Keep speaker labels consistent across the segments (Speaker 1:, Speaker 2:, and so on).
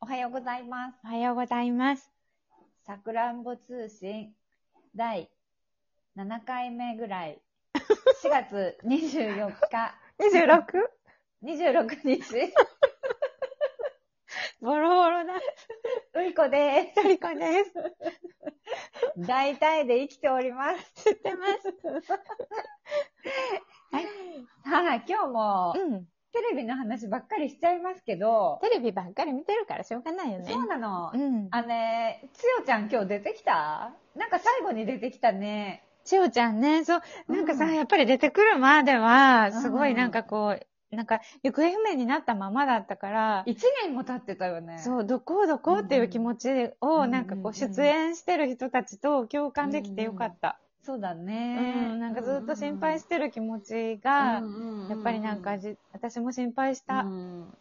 Speaker 1: はようございます。
Speaker 2: おはようございます。
Speaker 1: さくらんぼ通信第7回目ぐらい。4月24日、
Speaker 2: 26?
Speaker 1: 26日、
Speaker 2: ボロボロだ。
Speaker 1: ういこで
Speaker 2: トリコ です。
Speaker 1: す。大体で生きております。
Speaker 2: 知ってます。
Speaker 1: さあ、今日も
Speaker 2: うん。
Speaker 1: テレビの話ばっかりしちゃいますけど、
Speaker 2: テレビばっかり見てるからしょうがないよね
Speaker 1: そ。うなの。
Speaker 2: うん。
Speaker 1: あね、つよちゃん今日出てきたなんか最後に出てきたね。
Speaker 2: しおちゃんね、そう、なんかさ、
Speaker 1: うん
Speaker 2: やっぱり出てくるまでは、すご
Speaker 1: う
Speaker 2: い
Speaker 1: ん
Speaker 2: なんかこう、なんか、行方不明になったままだったから、
Speaker 1: 1年も経ってたよね。
Speaker 2: そう、どこをどこっていう気持ち
Speaker 1: うんう
Speaker 2: を、
Speaker 1: ん
Speaker 2: なんかこ
Speaker 1: うん
Speaker 2: う、出演してる人たちと共感できてよかった。
Speaker 1: そうだ
Speaker 2: う
Speaker 1: ね。
Speaker 2: ん、なんかずっと心配
Speaker 1: し
Speaker 2: してる気持ち
Speaker 1: た
Speaker 2: が、やっぱりなんかじ、私も心配した。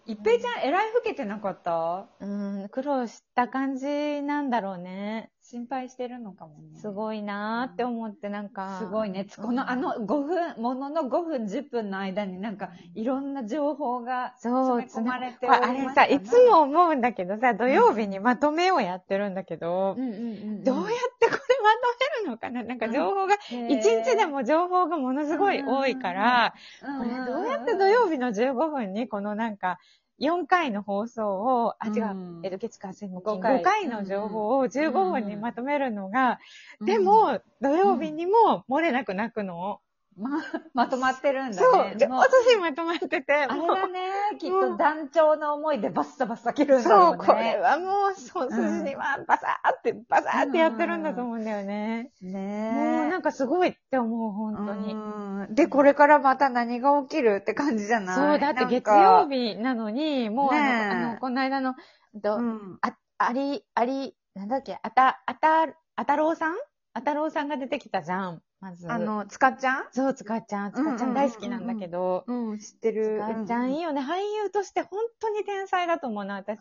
Speaker 1: 一平ちゃん、えらい老けてなかった
Speaker 2: うん、苦労した感じなんだろうね。
Speaker 1: 心配してるのかもね。
Speaker 2: すごいなーって思って、なんか。
Speaker 1: すごいね。つ
Speaker 2: うん
Speaker 1: このあの5分、ものの5分、10分の間になんかいろんな情報が
Speaker 2: そう、
Speaker 1: 詰め込まれてお
Speaker 2: ああ
Speaker 1: り
Speaker 2: れ
Speaker 1: ました
Speaker 2: さ、
Speaker 1: な。
Speaker 2: いつも思うんだけどさ、土曜日にまとめをやってるんだけど
Speaker 1: う、んうんうんん、
Speaker 2: どうやってこれまとめるのかななんか情報が、
Speaker 1: へー
Speaker 2: 一日でも情報がものすごい多いから、
Speaker 1: うん
Speaker 2: こ
Speaker 1: うん
Speaker 2: れ
Speaker 1: うん
Speaker 2: どうやって土曜日の15分にこのなんか、4回の放送を、あ、違
Speaker 1: う
Speaker 2: う、
Speaker 1: ん
Speaker 2: えっと、月火水
Speaker 1: 五
Speaker 2: 木金
Speaker 1: 回
Speaker 2: 5回の情報を15分にまとめるのが、
Speaker 1: うん
Speaker 2: で、も、土曜日にも漏れなく泣くの。
Speaker 1: ま、まとまってるんだ
Speaker 2: そう
Speaker 1: ね。、
Speaker 2: じゃ
Speaker 1: もう
Speaker 2: 私まとまってて、
Speaker 1: あれ
Speaker 2: もう
Speaker 1: だね、きっと団長の思いでバッサバッサ切るんだろ
Speaker 2: そうう、
Speaker 1: ね。
Speaker 2: これはもう、そう、筋にはバサーって、バサーってやってるんだと思うんだよね。もう
Speaker 1: ね
Speaker 2: なんかすごいって思う、本当に。
Speaker 1: うんで、これからまた何が起きるって感じじゃない
Speaker 2: そう、だって
Speaker 1: なん
Speaker 2: 月
Speaker 1: か
Speaker 2: 曜日なのに、もうあの、
Speaker 1: ねえ
Speaker 2: あのこの間の、えっと
Speaker 1: うん
Speaker 2: あ、あり、あり、なんだっけ、あた、あた、あたろうさんあたろうさんが出てきたじゃん、まず。
Speaker 1: あ、の、つかちゃん
Speaker 2: そう、つかちゃん、つかちゃん大好きなんだけど、
Speaker 1: うん、知って
Speaker 2: つ
Speaker 1: る
Speaker 2: かちゃんいいよね。俳優として本当に天才だと思うな、私。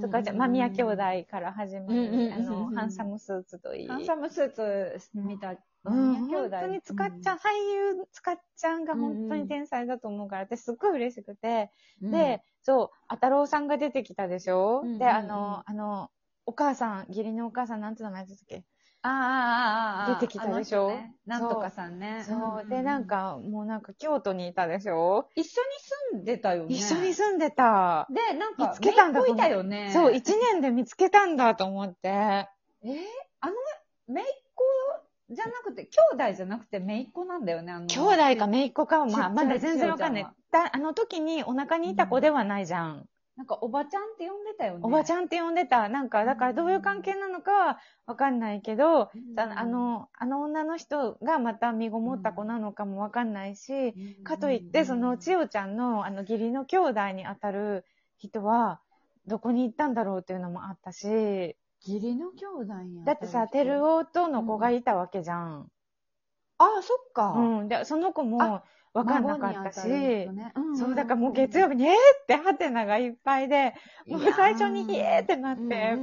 Speaker 2: つかちゃん、間宮兄弟。から始ま
Speaker 1: うんうん
Speaker 2: る、
Speaker 1: うん
Speaker 2: あの
Speaker 1: う、ん
Speaker 2: ハンサムスーツといい。
Speaker 1: ハンサムスーツ見た。
Speaker 2: うん、本当につかっちゃん、
Speaker 1: ん
Speaker 2: 俳優つかっちゃんが本当に天才だと思うから、私すっごい嬉しくて、
Speaker 1: うん。
Speaker 2: で、そう、あたろうさんが出てきたでし
Speaker 1: う
Speaker 2: ょ、
Speaker 1: んうんうん
Speaker 2: で、あの、あの、お母さん、義理のお母さん、なんて名前だったっけ、
Speaker 1: ああああああ
Speaker 2: 出てきたでしょ
Speaker 1: あの人ねなんとかさんね。
Speaker 2: そう、で、なん、か、もうなんか京都にいたでしょ、
Speaker 1: 一緒に住んでたよね。
Speaker 2: 一緒に
Speaker 1: で、
Speaker 2: 住んでた。
Speaker 1: なんか、
Speaker 2: 見つけたんだ
Speaker 1: 姪
Speaker 2: と
Speaker 1: っ子い
Speaker 2: 思
Speaker 1: うたよね。
Speaker 2: そう、一年で見つけたんだと思って。
Speaker 1: えーあの、姪っ子じゃなくて、兄弟じゃなくて姪っ子なんだよね、あの。
Speaker 2: 兄弟か姪っ子かは、ま
Speaker 1: ち
Speaker 2: あ、
Speaker 1: っちゃい
Speaker 2: まだ全然わかんない
Speaker 1: ちっ。
Speaker 2: だあの時にお腹にいた子ではないじゃん。
Speaker 1: なんか、おばちゃんって呼んでたよね。
Speaker 2: おばちゃんって呼んでた。なんか、だからどういう関係なのかはわかんないけど、
Speaker 1: うん
Speaker 2: あの、あの女の人がまた身ごもった子なのかもわかんないし、
Speaker 1: うん、
Speaker 2: かといって、その千代ちゃんの、あの、義理の兄弟にあたる人は、どこに行ったんだろうっていうのもあったし、
Speaker 1: 義理の兄弟や。
Speaker 2: だってさ、照夫との子がいたわけじゃん。
Speaker 1: ああ、そっか。
Speaker 2: うん。で、その子もわかんなかったし、そう、だからもう月
Speaker 1: 曜
Speaker 2: 曜日に、えーってハテナがいっぱいで、もう最初にひえーってなって、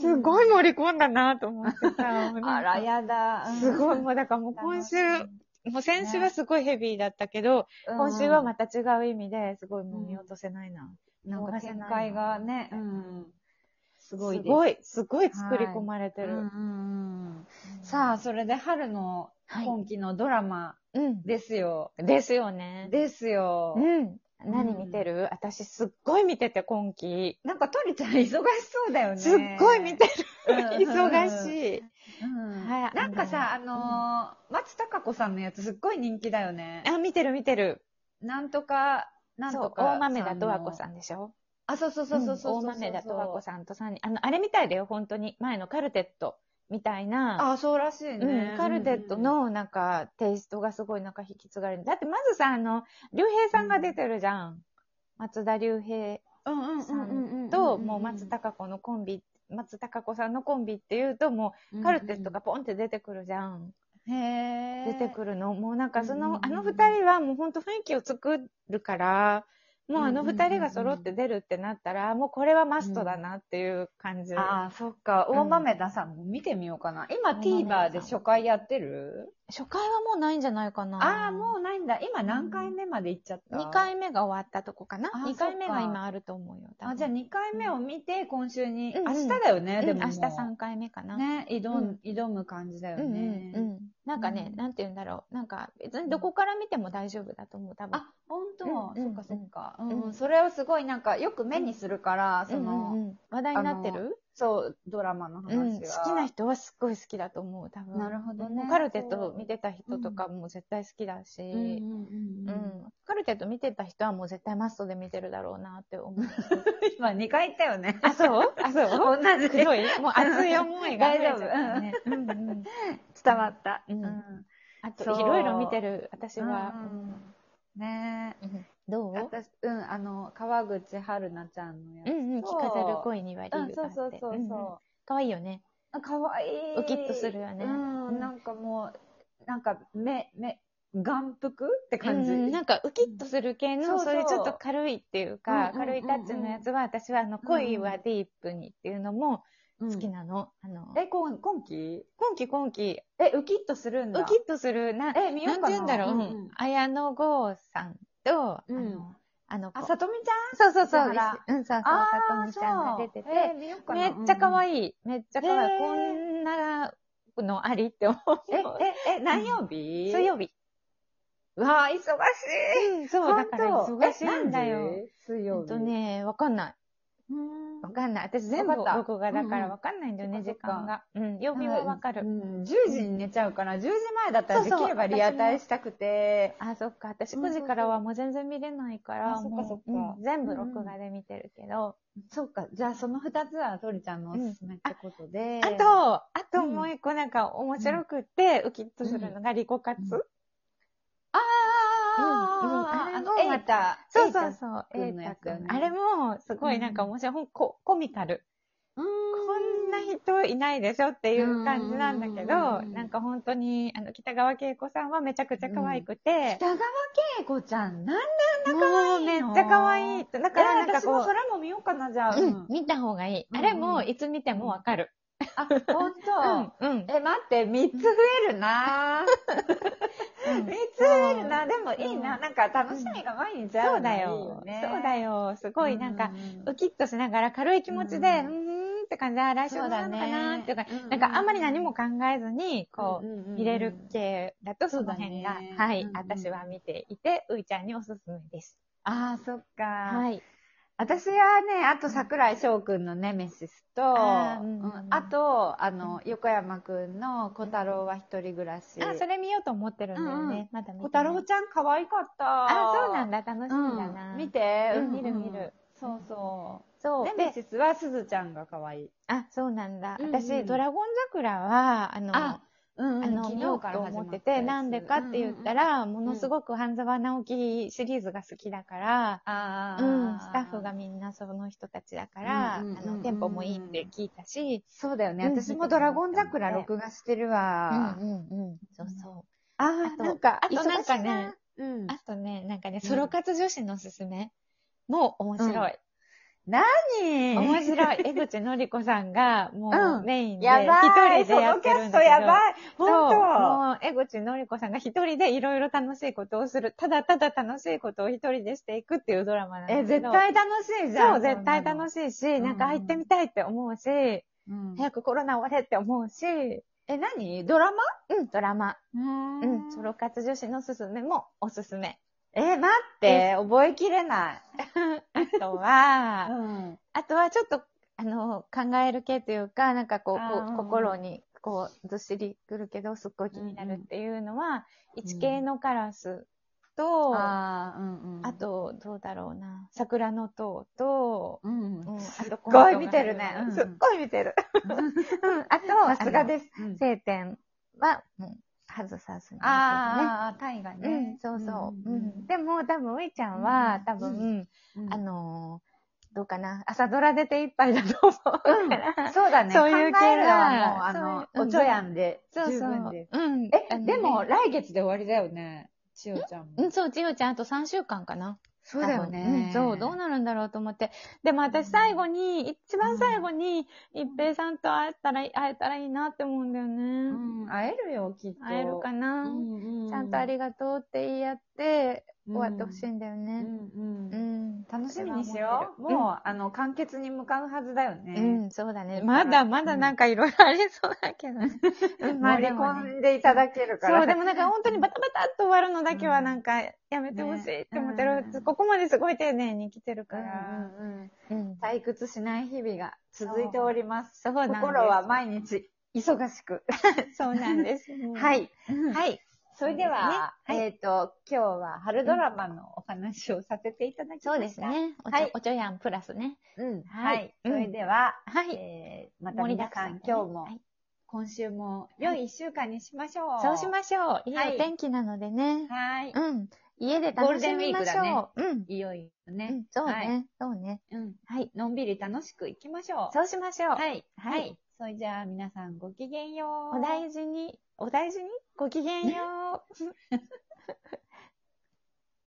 Speaker 2: すご
Speaker 1: い
Speaker 2: い盛り込んだなと思って さ。もうなんか
Speaker 1: あら、やだ。
Speaker 2: すごい、もうだからもう今週、もう先週はすごいヘビーだったけど、今週はまた違う意味ですごいもう見落とせないな。
Speaker 1: た、なんか
Speaker 2: 逃せない
Speaker 1: 展
Speaker 2: な
Speaker 1: 開がね、うんすごい
Speaker 2: す
Speaker 1: です。
Speaker 2: ごい、すごい作り込まれて
Speaker 1: うんう
Speaker 2: る。
Speaker 1: んうんさあ、それで春の
Speaker 2: はい
Speaker 1: 今期のドラマ
Speaker 2: うん。
Speaker 1: ですよ。
Speaker 2: ですよね。
Speaker 1: ですよ
Speaker 2: う。ん。何見てる私すっごい見てて、今期。
Speaker 1: なんか、トリちゃん忙しそうだよね。
Speaker 2: すっごい見てる。忙
Speaker 1: い。
Speaker 2: しい。
Speaker 1: うん
Speaker 2: はい
Speaker 1: なんかさ、あのー松たか子さんのやつすっごい人気だよね。
Speaker 2: あ、見てる見てる。
Speaker 1: なんとか、なん
Speaker 2: そう
Speaker 1: と、か。
Speaker 2: 大豆田十和子さ。んでしょ
Speaker 1: あ、そうそうそうそうそう
Speaker 2: うん大豆田十和子
Speaker 1: さ
Speaker 2: さんと3人。あの、あれみたいだよ、本当に。前のカルテットみたいな。
Speaker 1: あ、そうらしいね。
Speaker 2: うん、カルテットのなんかテイストがすごいなんか引き継がれる。だってまずさ、あの、竜兵さんが出てるじゃん。松田竜兵
Speaker 1: うんうん
Speaker 2: さ
Speaker 1: うんうんうんん。
Speaker 2: と、もう松たか子のコンビ、松たか子さんのコンビっていうと、もうカルテットがポンって出てくるじゃん。
Speaker 1: うんうん。へ
Speaker 2: 出
Speaker 1: ー
Speaker 2: てくるの。もうなんかそ
Speaker 1: うんうん
Speaker 2: の
Speaker 1: う、ん
Speaker 2: あの二人はもう本当雰囲気を作るから、もうあの二人が揃って出るってなったら、もうこれはマストだなっていう感じ。
Speaker 1: ああ、そっか。
Speaker 2: うん
Speaker 1: 大豆田さんも見てみようかな。今
Speaker 2: 大豆
Speaker 1: TVer で
Speaker 2: 田さん
Speaker 1: 初回やってる
Speaker 2: 初回はもうないんじゃないかな。
Speaker 1: ああ、もうないんだ。今何回目まで行っちゃった、
Speaker 2: 2回目が終わったとこかな。
Speaker 1: あー
Speaker 2: 2回目
Speaker 1: そっ
Speaker 2: が
Speaker 1: か
Speaker 2: 今あると思うよ。多分
Speaker 1: あ、じゃあ2回目を見て、今週に、
Speaker 2: うんうん
Speaker 1: 明日だよね、
Speaker 2: うん
Speaker 1: でももう
Speaker 2: 明日3回目かな。
Speaker 1: ね、挑、
Speaker 2: うん
Speaker 1: 挑む感じだよ
Speaker 2: うん
Speaker 1: ね。
Speaker 2: うんうん、なんかね、
Speaker 1: うん
Speaker 2: なんて言うんだろう。なんか別にどこから見ても大丈夫だと思う、多分。
Speaker 1: あ、本当、
Speaker 2: うんうん
Speaker 1: そっかそっか。うん、
Speaker 2: うん
Speaker 1: それをすごいなんか、よく目にするから、
Speaker 2: う
Speaker 1: そ
Speaker 2: ん
Speaker 1: の、
Speaker 2: うんうん、話題になってる
Speaker 1: そう、ドラマの話は。
Speaker 2: うん、好きな人はすっごい好きだと思う、多分。
Speaker 1: なるほどね
Speaker 2: もうカルテット見てた人とかも絶対好きだし、
Speaker 1: うんうんうん
Speaker 2: う
Speaker 1: うん
Speaker 2: んカルテット見てた人はもう絶対マストで見てるだろうなって思う。
Speaker 1: 今2回言ったよね。
Speaker 2: あ、そうあ、 そう
Speaker 1: 同じ
Speaker 2: すごいもう熱い思いが
Speaker 1: 大丈夫
Speaker 2: 増えちゃったね。うんうん
Speaker 1: 伝わった。
Speaker 2: うん
Speaker 1: うん
Speaker 2: あと、
Speaker 1: そう
Speaker 2: いろいろ見てる、私は。
Speaker 1: ねえ。
Speaker 2: うんどう
Speaker 1: 私、うん、あの、川口春奈ちゃんのやつ
Speaker 2: う。んうん、着飾る恋には理由があ
Speaker 1: う
Speaker 2: っ
Speaker 1: ん、
Speaker 2: て。
Speaker 1: そうそうそう
Speaker 2: うんうん
Speaker 1: そ
Speaker 2: 可愛いよね。
Speaker 1: う。かわいい。
Speaker 2: ウキッとするよね
Speaker 1: う、
Speaker 2: うんん
Speaker 1: なんかもう、なんか、目、目、眼福って感じ。
Speaker 2: うんうんなんかウキッとする系
Speaker 1: そう
Speaker 2: の、
Speaker 1: そう
Speaker 2: そういうちょっと軽いっていうか、
Speaker 1: うんうんうん
Speaker 2: 軽
Speaker 1: うん
Speaker 2: いタッチのやつは、私はあの、恋はディープにっていうのも
Speaker 1: うん
Speaker 2: 好きなの。あの、
Speaker 1: え、こん今期
Speaker 2: 今季今季、
Speaker 1: え、ウキッとするん
Speaker 2: ウ
Speaker 1: だ。
Speaker 2: キッとする、な、
Speaker 1: え、見よ
Speaker 2: な
Speaker 1: うんかな。
Speaker 2: て言うんだろう、うん綾野剛さんと、
Speaker 1: うん
Speaker 2: あの、あの子
Speaker 1: あ、さとみちゃ
Speaker 2: そうそうそう、
Speaker 1: 藤原
Speaker 2: 石うん、そうそう、
Speaker 1: あ
Speaker 2: さと
Speaker 1: ん
Speaker 2: みちゃんが出てて、
Speaker 1: え見ようかな。
Speaker 2: めっちゃ可
Speaker 1: いい。
Speaker 2: 愛い、めっちゃ可愛い、
Speaker 1: へー
Speaker 2: こんなのありって思う。
Speaker 1: え、え、え、何曜日
Speaker 2: 水曜日。
Speaker 1: うわぁ、忙しい。
Speaker 2: うん、そう、だから忙しいんだよ。。
Speaker 1: 水
Speaker 2: え
Speaker 1: 曜
Speaker 2: っ
Speaker 1: 日。
Speaker 2: とね、わかんない。
Speaker 1: うー
Speaker 2: わ
Speaker 1: ん。
Speaker 2: かんない。私全部
Speaker 1: わかった
Speaker 2: 録画だか
Speaker 1: うんう
Speaker 2: ら
Speaker 1: ん
Speaker 2: わかんないんだよね、
Speaker 1: そっ
Speaker 2: 時
Speaker 1: かそっか
Speaker 2: 間が。うん、曜日はわか
Speaker 1: う
Speaker 2: る。
Speaker 1: ん、10時に寝ちゃうから、10時前だったらできればリアタイしたくて。
Speaker 2: あ、そっか。私
Speaker 1: うんそう
Speaker 2: 9
Speaker 1: そう
Speaker 2: 時からはもう全然見れないから、
Speaker 1: あそっか
Speaker 2: もう
Speaker 1: そっか
Speaker 2: うん全部録画で見てるけど。
Speaker 1: そうか、じゃあその2つはトリちゃんのおすすめってことで。
Speaker 2: あと、あともう一個なんか面白くって、ウキッとするのがリコカツ。
Speaker 1: うんあー、
Speaker 2: うんうんあれ
Speaker 1: あ
Speaker 2: も
Speaker 1: の、エ
Speaker 2: ま
Speaker 1: イタ。
Speaker 2: そうそう
Speaker 1: う。
Speaker 2: そう。
Speaker 1: エイタ君のやつだよね
Speaker 2: エイタ君あれも、すごいなんか面白い。ほんこコミカル。
Speaker 1: うーん。
Speaker 2: こんな人いないでしょっていう感じなんだけど、
Speaker 1: うん
Speaker 2: なんか本当に、あの、北川景子さんはめちゃくちゃ可愛くて、
Speaker 1: 北川景子ちゃん、なん
Speaker 2: もうめっちゃ可愛いって。だからなんか
Speaker 1: 私も
Speaker 2: こ
Speaker 1: それも見ようかな、じゃあ。
Speaker 2: う、うん、見た方がいい。
Speaker 1: うん
Speaker 2: あれも、いつ見てもわかる。
Speaker 1: あ、ほんと。
Speaker 2: うん、うん。
Speaker 1: え、待って、3つ増えるな
Speaker 2: う
Speaker 1: 3
Speaker 2: ん
Speaker 1: つ増えるなでもいいな。
Speaker 2: うん
Speaker 1: なんか楽しみが毎日あ
Speaker 2: そ
Speaker 1: るの
Speaker 2: う
Speaker 1: が
Speaker 2: だ
Speaker 1: いい
Speaker 2: よ
Speaker 1: よ。ね。
Speaker 2: そうだよ。すごいなんか、
Speaker 1: う
Speaker 2: ウキッとしながら軽い気持ちで、う
Speaker 1: うん
Speaker 2: ーんって感じで、あ来週
Speaker 1: そ
Speaker 2: ど
Speaker 1: う
Speaker 2: うな
Speaker 1: だ
Speaker 2: のかな
Speaker 1: ね
Speaker 2: っていうか、。
Speaker 1: う
Speaker 2: なんかあんまり何も、考えずに、こう、見
Speaker 1: 見
Speaker 2: れる系だとその辺が、
Speaker 1: そうだね
Speaker 2: はい、
Speaker 1: うんうん
Speaker 2: 私は見ていて、ういちゃんにおすすめです。
Speaker 1: ああ、そっか。
Speaker 2: はい。
Speaker 1: 私はね、あと桜井翔くんのネメシスと、
Speaker 2: あーうん
Speaker 1: うんあと、あの、横山くんの小太郎は一人暮らし。
Speaker 2: あ、それ見ようと思ってるんだよね。
Speaker 1: うんう
Speaker 2: まだ見てない
Speaker 1: 小太郎ちゃん可愛かった。
Speaker 2: あ、そうなん
Speaker 1: だ。
Speaker 2: だ。楽しみだな。
Speaker 1: うん見て、
Speaker 2: うん見る見る。
Speaker 1: そうそ。
Speaker 2: そうう
Speaker 1: ネ。メ
Speaker 2: で、
Speaker 1: シスはすずちゃんが可愛い。
Speaker 2: あ、そうなんだ。
Speaker 1: うんうん
Speaker 2: 私、ドラゴン桜は、あの、あ、
Speaker 1: うんうん、
Speaker 2: の、見ようと思ってて、なんでかって言った、ら、も
Speaker 1: ん
Speaker 2: のすごく半沢直樹シリーズが好きだから、
Speaker 1: ああ、
Speaker 2: うん、スタッフがみんなその人たちだから、あ
Speaker 1: うんうんうんうん
Speaker 2: の、テンポもいいって聞いたし、
Speaker 1: そうだよね。
Speaker 2: うん
Speaker 1: 私もドラゴン桜録画してるわ。
Speaker 2: うんうんうん、そうそう。
Speaker 1: あ
Speaker 2: あ
Speaker 1: あ、
Speaker 2: と
Speaker 1: なんか、
Speaker 2: あとなん
Speaker 1: 忙
Speaker 2: かね
Speaker 1: しいな、うん。
Speaker 2: あとね、なんかね、
Speaker 1: うん
Speaker 2: ソロ活女子のおすすめも面白い。
Speaker 1: 何
Speaker 2: 面白い。江口のり子さんが、も
Speaker 1: う
Speaker 2: うんメインで、
Speaker 1: やばい、
Speaker 2: 一人
Speaker 1: そ
Speaker 2: でや
Speaker 1: の
Speaker 2: っ
Speaker 1: キ
Speaker 2: てる
Speaker 1: ャ
Speaker 2: ん
Speaker 1: ス
Speaker 2: だ
Speaker 1: ト
Speaker 2: けど。
Speaker 1: やばい。本
Speaker 2: そう。もう、江口のり子さんが一人でいろいろ楽しいことをする、ただただ楽しいことを一人でしていくっていうドラマなん
Speaker 1: 当
Speaker 2: だ
Speaker 1: え、
Speaker 2: け
Speaker 1: 絶
Speaker 2: ど。
Speaker 1: 対楽しいじゃん。
Speaker 2: そう、絶対楽
Speaker 1: い。
Speaker 2: しいし、
Speaker 1: ん
Speaker 2: なんかあ行ってみたいって思うし、
Speaker 1: うん
Speaker 2: 早くコロナ終われって思うし、
Speaker 1: え、何ドラマ
Speaker 2: うん、ドラマ、
Speaker 1: う
Speaker 2: うんん、ソロ活女子のすすめもおすすめ。
Speaker 1: え、待って、覚えきれない。
Speaker 2: あとは、
Speaker 1: ん。
Speaker 2: あとはちょっと、あの、考える系というか、なんかこう、
Speaker 1: あー
Speaker 2: こ
Speaker 1: うんう
Speaker 2: うん心に、こう、ずっしりくるけど、すっごい気になるっていうのは、
Speaker 1: ん
Speaker 2: 一系のカラスと、あ
Speaker 1: ああ、うんうん。、
Speaker 2: と、どうだろうな、桜の塔と、
Speaker 1: うん。
Speaker 2: うん、あと、すっ
Speaker 1: すっごい見てるね。
Speaker 2: すっごい見てる。うん、あと、
Speaker 1: さすがです。
Speaker 2: あの。晴天は、もう、外さずに見てるね。
Speaker 1: ああ、大河
Speaker 2: う
Speaker 1: ね
Speaker 2: ん、。そうそう。うん
Speaker 1: ん
Speaker 2: でも、多分、ういちゃんは、多分、
Speaker 1: うん
Speaker 2: あのーどうかな、朝ドラ出て一杯だと思うから、
Speaker 1: そうだね。
Speaker 2: そういう系が
Speaker 1: 考えるわもう、あ
Speaker 2: そう
Speaker 1: の、
Speaker 2: いう
Speaker 1: おちょやんで、十
Speaker 2: そうそう。
Speaker 1: 分です。
Speaker 2: うん。あ
Speaker 1: え、
Speaker 2: の
Speaker 1: でも、来月で終わりだよね。しおちゃん
Speaker 2: う
Speaker 1: も。
Speaker 2: ん、そう、ちよちゃん、あと3週間かな。そうだよね、
Speaker 1: 多分
Speaker 2: そう、どうなるんだろうと思って。でも私最後に、一番最後に、一平さんと会えたらいい、会えたらいいなって思うんだよ
Speaker 1: う
Speaker 2: ね。
Speaker 1: ん、会えるよ、きっと。
Speaker 2: 会えるかな、
Speaker 1: うんうん、
Speaker 2: ちゃんとありがとうって言い合って、終わってほしい
Speaker 1: い
Speaker 2: んだよ
Speaker 1: ね。う
Speaker 2: ね。
Speaker 1: ん
Speaker 2: う
Speaker 1: うん。
Speaker 2: ん、楽
Speaker 1: 楽
Speaker 2: し
Speaker 1: し
Speaker 2: み
Speaker 1: み
Speaker 2: に
Speaker 1: に
Speaker 2: し
Speaker 1: し
Speaker 2: よ
Speaker 1: よ
Speaker 2: う。
Speaker 1: う。もう、あの、完結に向かうはずだよね。
Speaker 2: うん、うん、そうだね。
Speaker 1: うん
Speaker 2: まだまだなんかいろいろありそうだけどね。うんまあ
Speaker 1: 盛り
Speaker 2: でもね
Speaker 1: 込んでいただけるから。
Speaker 2: そう、でもなんか本当にバタバタっと終わるのだけはなんかやめてほしいって思ってる
Speaker 1: ね、うん
Speaker 2: ここまですごい丁寧に来てるか
Speaker 1: う
Speaker 2: ら。
Speaker 1: んうんうん
Speaker 2: うん
Speaker 1: 退屈しない日々が続いております。
Speaker 2: そうなんです。
Speaker 1: 心は毎日忙しく。
Speaker 2: そうなん です。。
Speaker 1: はい い。はい。それでは、
Speaker 2: そうですねは
Speaker 1: えっ、と、今日は春ドラマのお話をさせていただきました。
Speaker 2: そうです。ね。おちょ、
Speaker 1: はい
Speaker 2: おちょやんプラスね。
Speaker 1: うん。
Speaker 2: は
Speaker 1: はいい。
Speaker 2: うん
Speaker 1: それでは、
Speaker 2: はい。
Speaker 1: えー、また皆さん、今日も、
Speaker 2: はい
Speaker 1: 今週も良い一週間にしましょう。
Speaker 2: そうしましょう。いい
Speaker 1: はい
Speaker 2: お天気なのでね。
Speaker 1: はい。
Speaker 2: うん。家で楽しみましょう。うん。
Speaker 1: いよいよ
Speaker 2: う
Speaker 1: ね
Speaker 2: ん。そう
Speaker 1: はい。
Speaker 2: ね。そうね。
Speaker 1: うん。
Speaker 2: はい。
Speaker 1: のんびり楽しくいきましょう。
Speaker 2: そうしましょう。
Speaker 1: はい。
Speaker 2: は
Speaker 1: はいい。それじゃあ皆さんごきげんよう。
Speaker 2: お大事に、お大事に、ごきげんよう。